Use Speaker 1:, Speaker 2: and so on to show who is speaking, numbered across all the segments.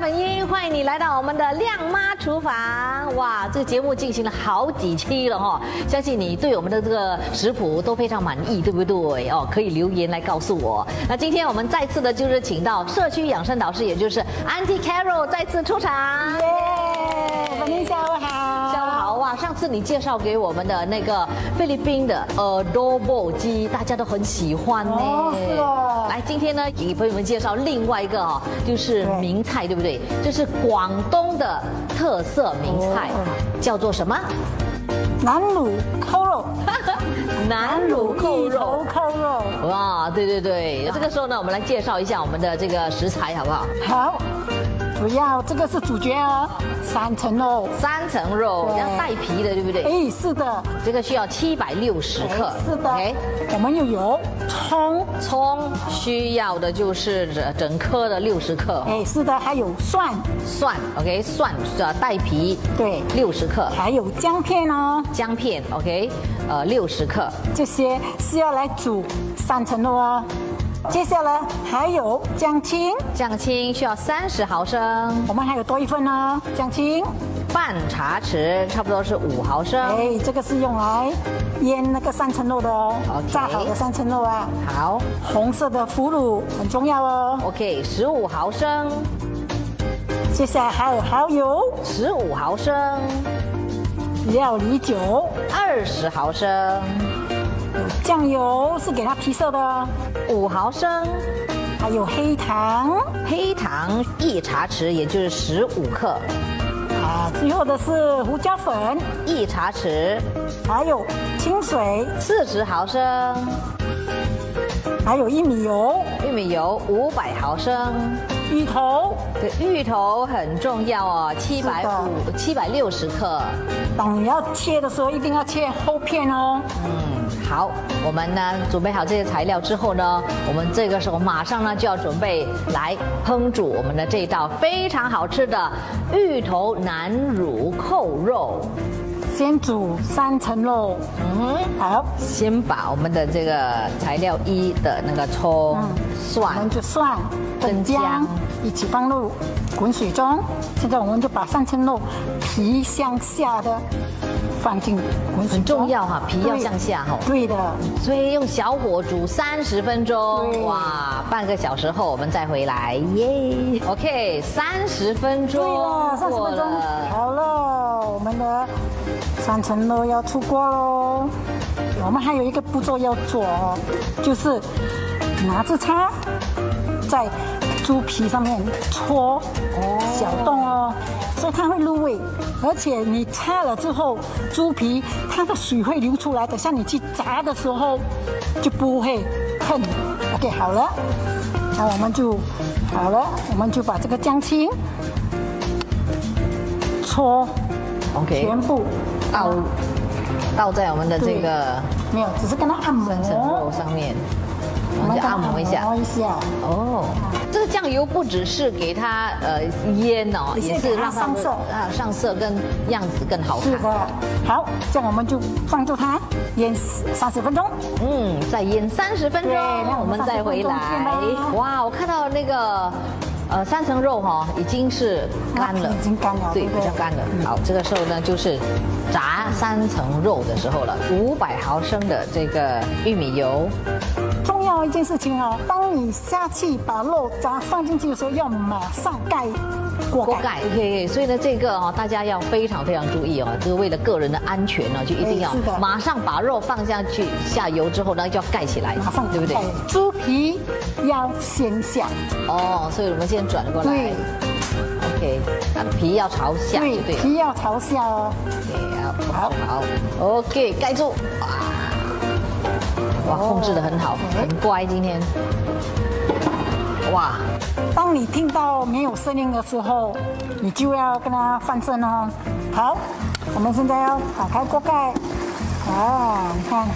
Speaker 1: 粉一，欢迎你来到我们的亮妈厨房。哇，这个节目进行了好几期了哈、相信你对我们的这个食谱都非常满意，对不对？哦，可以留言来告诉我。那今天我们再次的就是请到社区养生导师，也就是 Auntie Carol 再次出场。
Speaker 2: 粉英下午好，
Speaker 1: 下午好哇！上次你介绍给我们的那个菲律宾的 adobo 鸡，大家都很喜欢呢。
Speaker 2: 哦是哦
Speaker 1: 来，今天呢，给朋友们介绍另外一个哦，就是
Speaker 2: 对
Speaker 1: 名菜，对不对？这是广东的特色名菜，
Speaker 2: 哦
Speaker 1: 叫做什么？
Speaker 2: 南乳扣肉，
Speaker 1: 南乳扣肉
Speaker 2: 芋头。扣肉，
Speaker 1: 哇，对对对，这个时候呢，我们来介绍一下我们的这个食材，好不好？
Speaker 2: 好，不要这个是主角哦，三层肉，
Speaker 1: 三层肉
Speaker 2: 对
Speaker 1: 要带皮的，对不对？
Speaker 2: 哎，是的，
Speaker 1: 这个需要七百六十克
Speaker 2: 哎，是
Speaker 1: ，OK
Speaker 2: 的，我们有油、葱，
Speaker 1: 葱需要的就是整整颗的六十克，
Speaker 2: 哎，是的，还有蒜，
Speaker 1: 蒜 OK 蒜呃带皮
Speaker 2: 对，
Speaker 1: 六十克，
Speaker 2: 还有姜片哦，
Speaker 1: 姜片 OK 呃六十克，
Speaker 2: 这些是要来煮三层肉哦。接下来还有姜青，
Speaker 1: 酱青需要三十毫升，
Speaker 2: 我们还有多一份呢，姜青，
Speaker 1: 半茶匙差不多是五毫升。
Speaker 2: 哎，这个是用来腌那个三层肉的哦
Speaker 1: OK
Speaker 2: 炸好的三层肉啊。
Speaker 1: 好
Speaker 2: 红色的腐乳很重要哦。
Speaker 1: ，OK，十五毫升，
Speaker 2: 接下来还有蚝油、
Speaker 1: 十五毫升，
Speaker 2: 料理酒、
Speaker 1: 二十毫升，
Speaker 2: 酱油是给它提色的哦，
Speaker 1: 五毫升，
Speaker 2: 还有黑糖
Speaker 1: 黑糖一茶匙，也就是十五克，
Speaker 2: 啊，最后的是胡椒粉，
Speaker 1: 一茶匙，
Speaker 2: 还有清水，
Speaker 1: 四十毫升。
Speaker 2: 还有玉米油、
Speaker 1: 玉米油五百毫升，
Speaker 2: 芋头，
Speaker 1: 对，芋头很重要哦，七百五七百六十克。
Speaker 2: 当你要切的时候一定要切厚片哦。
Speaker 1: 嗯，好，我们呢准备好这些材料之后呢，我们这个时候马上呢就要准备来烹煮我们的这道非常好吃的芋头南乳扣肉。
Speaker 2: 先煮三层肉，
Speaker 1: 嗯哼，
Speaker 2: 好，
Speaker 1: 先把我们的这个材料一的那个葱、
Speaker 2: 嗯我
Speaker 1: 蒜
Speaker 2: 们，就蒜、
Speaker 1: 跟
Speaker 2: 跟
Speaker 1: 姜
Speaker 2: 姜一起放入滚水中。现在我们就把三层肉皮向下的放进滚水
Speaker 1: 很
Speaker 2: 中
Speaker 1: 重要哈、皮要向下哦。
Speaker 2: 对的，
Speaker 1: 所以用小火煮三十分钟，
Speaker 2: 对
Speaker 1: 哇，半个小时后我们再回来，耶。OK，三十分
Speaker 2: 对
Speaker 1: 钟
Speaker 2: 了，三十
Speaker 1: 过
Speaker 2: 分钟
Speaker 1: 了
Speaker 2: 好了，我们的三层肉要出锅喽。我们还有一个步骤要做哦，就是拿着叉在猪皮上面戳小洞哦，所以它会入味。而且你擦了之后，猪皮它的水会流出来，等下你去炸的时候就不会碰。OK，好了，那我们就好了，我们就把这个姜青搓
Speaker 1: ，OK，
Speaker 2: 全部
Speaker 1: 倒倒在我们的这个
Speaker 2: 没有，只是跟它按摩，
Speaker 1: 三层肉上面，我
Speaker 2: 我
Speaker 1: 们
Speaker 2: 们
Speaker 1: 就
Speaker 2: 跟它
Speaker 1: 按摩一下
Speaker 2: 按。摩一下，
Speaker 1: 哦，这个酱油不只是给它呃腌哦，
Speaker 2: 也是
Speaker 1: 也是
Speaker 2: 给它
Speaker 1: 让它
Speaker 2: 上色
Speaker 1: 啊上色跟样子更好
Speaker 2: 是
Speaker 1: 看。
Speaker 2: 的。好，这样我们就放住它腌三十分钟。
Speaker 1: 嗯，再腌三十分钟，
Speaker 2: 对那
Speaker 1: 我
Speaker 2: 我
Speaker 1: 们
Speaker 2: 们
Speaker 1: 再
Speaker 2: 30
Speaker 1: 回
Speaker 2: 分钟
Speaker 1: 来
Speaker 2: 见吧。
Speaker 1: 哇，我看到那个呃三层肉哈、已经是干了，
Speaker 2: 那啊已经嗯干了
Speaker 1: 对，
Speaker 2: 对不
Speaker 1: 比
Speaker 2: 对
Speaker 1: 较干了。好，这个时候呢就是炸三层肉的时候了，五百毫升的这个玉米油，
Speaker 2: 重要一件事情哦，当你下去把肉渣放进去的时候，要马上盖锅
Speaker 1: 锅
Speaker 2: 盖。
Speaker 1: 盖，OK，所以呢这个哦大家要非常非常注意哦，这个为了个人的安全呢，就一定要
Speaker 2: 哎是的
Speaker 1: 马上把肉放下去，下油之后呢就要盖起来
Speaker 2: 马，上
Speaker 1: 对不对
Speaker 2: 盖？哎猪皮要先下，
Speaker 1: 哦，所以我们先转过来
Speaker 2: 对
Speaker 1: ，OK，那皮要朝下就对了。
Speaker 2: 皮要朝下哦。
Speaker 1: 好，好，OK，盖住，哇，哇，
Speaker 2: 哦
Speaker 1: 控制的很好，
Speaker 2: 嗯
Speaker 1: 很乖，今天，哇，
Speaker 2: 当你听到没有声音的时候，你就要跟它翻身哦。好，我们现在要打开锅盖，啊，你看，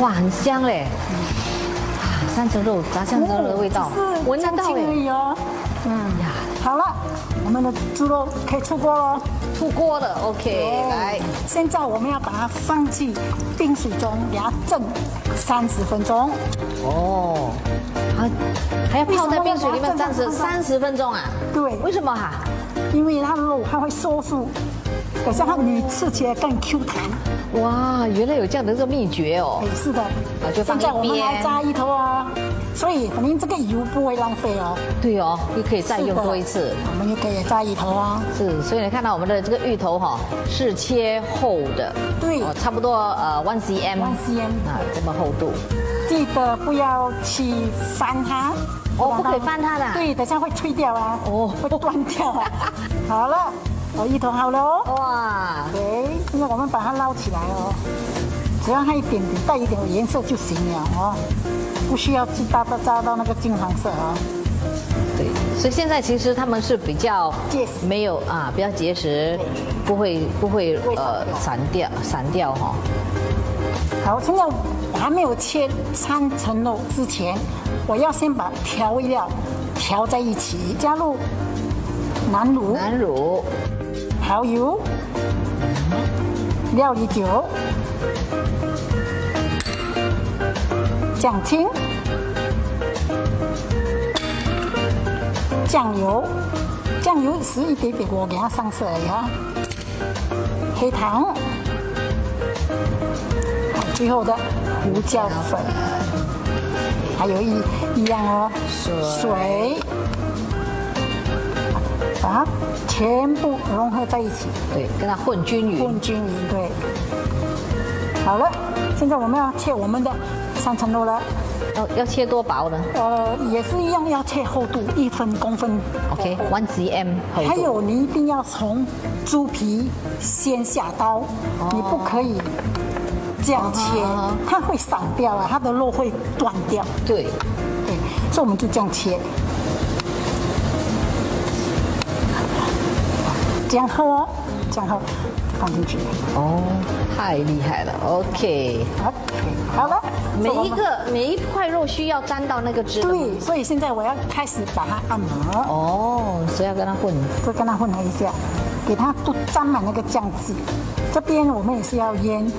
Speaker 1: 哇，很香嘞，啊三层肉炸三层肉的味道
Speaker 2: 哦，
Speaker 1: 闻
Speaker 2: 只
Speaker 1: 得
Speaker 2: 是
Speaker 1: 到
Speaker 2: 香精而
Speaker 1: 哎，
Speaker 2: 已哦。嗯，
Speaker 1: 呀，
Speaker 2: 好了，我们的猪肉可以出锅喽。
Speaker 1: 出锅了，OK，来，
Speaker 2: 哦现在我们要把它放进冰水中，给它蒸三十分钟。
Speaker 1: 哦，啊，还要泡在冰水里面
Speaker 2: 为什么要
Speaker 1: 三
Speaker 2: 把它
Speaker 1: 十
Speaker 2: 放
Speaker 1: 三
Speaker 2: 上
Speaker 1: 十分钟啊？
Speaker 2: 对
Speaker 1: 为什么啊哈、
Speaker 2: 因为它肉它会收缩，可是它你吃起来更 Q 弹。
Speaker 1: 哇，原来有这样的这个秘诀哦
Speaker 2: 哎，。是的，
Speaker 1: 就放
Speaker 2: 现
Speaker 1: 一边
Speaker 2: 在我们来炸一头啊，所以肯定这个油不会浪费哦。
Speaker 1: 对哦，又可以再
Speaker 2: 是
Speaker 1: 用
Speaker 2: 的
Speaker 1: 多一次。
Speaker 2: 我们又可以炸一头啊。
Speaker 1: 是，所以你看到我们的这个芋头哈、是切厚的，
Speaker 2: 对
Speaker 1: 哦差不多呃 one cm，
Speaker 2: 1 cm
Speaker 1: 啊，这么厚度，
Speaker 2: 记得不要去翻它。
Speaker 1: 哦
Speaker 2: 然
Speaker 1: 不可以翻它的啊
Speaker 2: 对，等下会脆掉啊，
Speaker 1: 哦
Speaker 2: 哦，会断掉啊。好了，我一头好了哦。
Speaker 1: 哇，
Speaker 2: 对，现在我们把它捞起来哦，只要它一点点带一点颜色就行了哦，不需要去扎到扎到那个金黄色啊、哦。
Speaker 1: 对，所以现在其实他们是比较
Speaker 2: 结实
Speaker 1: 没有啊，比较结实，不会不会
Speaker 2: 不会
Speaker 1: 呃散
Speaker 2: 散
Speaker 1: 掉散掉哈、
Speaker 2: 好，现在还没有切三层肉之前，我要先把调味料调在一起，加入南乳、
Speaker 1: 南乳，
Speaker 2: 蚝油、料理酒、酱青、酱油，酱油是一点点，我给它上色了呀。黑糖，好最后的胡椒粉，还有一一样哦，水把它全部融合在一起。
Speaker 1: 对，跟它混均匀。
Speaker 2: 混均匀，对。好了，现在我们要切我们的三层肉了，
Speaker 1: 哦要要切多薄呢
Speaker 2: 呃，也是一样要切厚度一分公分。
Speaker 1: ？OK，one cm 厚度。
Speaker 2: 还有你一定要从猪皮先下刀，你不可以这样切
Speaker 1: 哦，
Speaker 2: 它会散掉啊，它的肉会断掉。
Speaker 1: 对，
Speaker 2: 对，所以我们就这样切。这样喝哦，这样喝，放进去。
Speaker 1: 哦，太厉害了。OK，
Speaker 2: 好，好了，
Speaker 1: 每
Speaker 2: 所以我
Speaker 1: 一
Speaker 2: 们
Speaker 1: 个每一块肉需要沾到那个汁的吗。
Speaker 2: 对，所以现在我要开始把它按摩，
Speaker 1: 哦，所以要跟它混。
Speaker 2: 就跟它混合一下，给它都沾满那个酱汁。这边我们也是要腌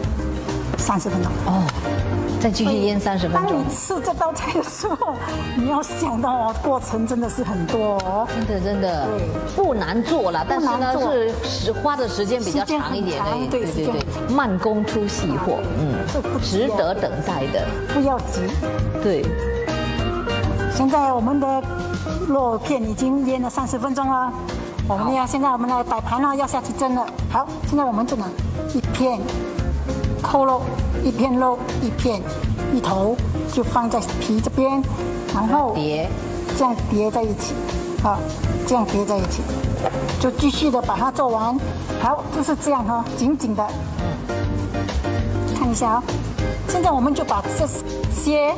Speaker 2: 三十分钟，
Speaker 1: 哦，再继续腌三十分
Speaker 2: 当
Speaker 1: 钟
Speaker 2: 你。吃这道菜的时候，你要想到哦，过程真的是很多哦。
Speaker 1: 真的真的
Speaker 2: 对
Speaker 1: 不难做了，但是
Speaker 2: 不
Speaker 1: 呢
Speaker 2: 难做
Speaker 1: 是时花的时间比较长一点而已。
Speaker 2: 时间很长对
Speaker 1: 对
Speaker 2: 时间很
Speaker 1: 对，慢工出细货，嗯
Speaker 2: 这不，急
Speaker 1: 值
Speaker 2: 啊
Speaker 1: 得等待的。
Speaker 2: 不要急。
Speaker 1: 对，
Speaker 2: 现在我们的肉片已经腌了三十分钟了，我们要现在我们来摆盘了，要下去蒸了。好，现在我们就拿一片扣肉，一片肉，一片一头，就放在皮这边，然后
Speaker 1: 叠
Speaker 2: 这样叠在一起，好，这样叠在一起，就继续的把它做完。好，就是这样哈、哦，紧紧的，看一下哦。现在我们就把这些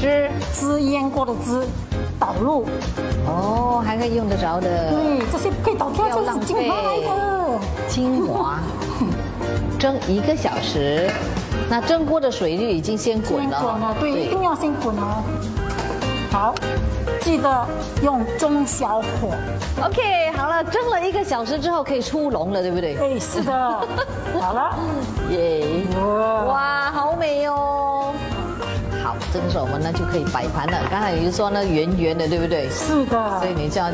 Speaker 1: 汁
Speaker 2: 汁腌过的汁导入，
Speaker 1: 哦，还可以用得着的
Speaker 2: 对，这些不可以倒掉，
Speaker 1: 不
Speaker 2: 这
Speaker 1: 要
Speaker 2: 是精华来的。
Speaker 1: 精华， 蒸一个小时。那蒸锅的水就已经先滚了
Speaker 2: 滚
Speaker 1: 哦
Speaker 2: 了，，对，一定要先滚哦。好，记得用中小火。
Speaker 1: OK，好了，蒸了一个小时之后可以出笼了，对不对？
Speaker 2: 哎，是的，好了，
Speaker 1: 耶、
Speaker 2: 哇，
Speaker 1: 哇，好美哦！好，这个时候我们呢就可以摆盘了。刚才你是说呢圆圆的，对不对？
Speaker 2: 是的
Speaker 1: 所以，你就要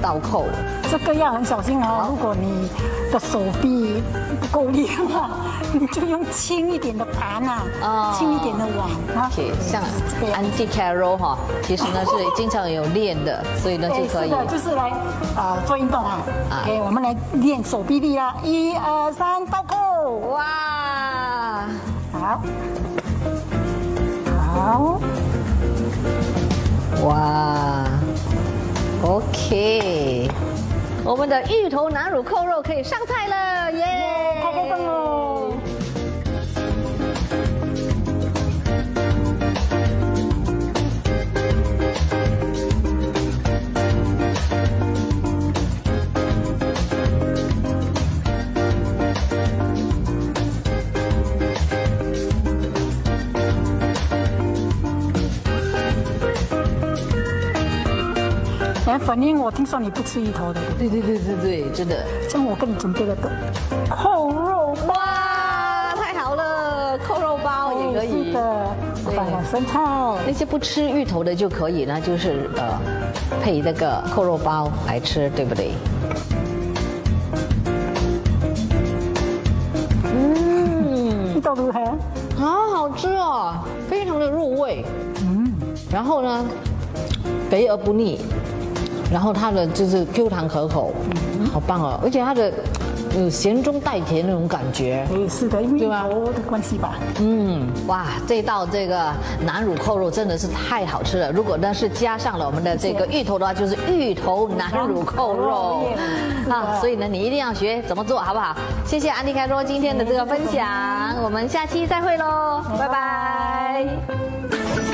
Speaker 1: 倒扣。
Speaker 2: 这个要很小心哦。如果你的手臂不够力的话， 你就用轻一点的盘
Speaker 1: 哦
Speaker 2: 啊，轻一点的碗啊
Speaker 1: OK，，像
Speaker 2: 就是这样
Speaker 1: Anti Carol 哈，其实呢是经常有练的，所以呢
Speaker 2: 哎
Speaker 1: 就可
Speaker 2: 是
Speaker 1: 以。
Speaker 2: 的，就是来啊、呃做运动啊
Speaker 1: 啊。
Speaker 2: 给我们来练手臂力啦，一二三，倒扣。
Speaker 1: 哇，
Speaker 2: 好，好，
Speaker 1: 哇，OK，我们的芋头南乳扣肉可以上菜了，耶、
Speaker 2: 太开动
Speaker 1: 哦
Speaker 2: 喽！哎，粉英，我听说你不吃鱼头的，对不
Speaker 1: 对对对对对，真的。
Speaker 2: 对像我给你准备了个扣肉
Speaker 1: 哇，太好了，扣肉包也可以。
Speaker 2: 哦是的
Speaker 1: 对
Speaker 2: 法兰生菜。
Speaker 1: 那些不吃芋头的就可以呢，就是呃，配那个扣肉包来吃，对不对？嗯
Speaker 2: 味道如何？
Speaker 1: 好好吃哦，非常的入味。
Speaker 2: 嗯，
Speaker 1: 然后呢，肥而不腻，然后它的就是 Q 弹可口，好棒哦！而且它的有咸中带甜那种感觉。
Speaker 2: 也是的，因为
Speaker 1: 对啊吧
Speaker 2: 芋头的关系吧。
Speaker 1: 嗯，哇，这道这个南乳扣肉真的是太好吃了。如果呢是加上了我们的这个芋头的话，就是芋头南乳扣肉
Speaker 2: 是的
Speaker 1: 啊。所以呢，你一定要学怎么做好不好？谢谢安妮开说今天的这个分享，我们下期再会喽，拜拜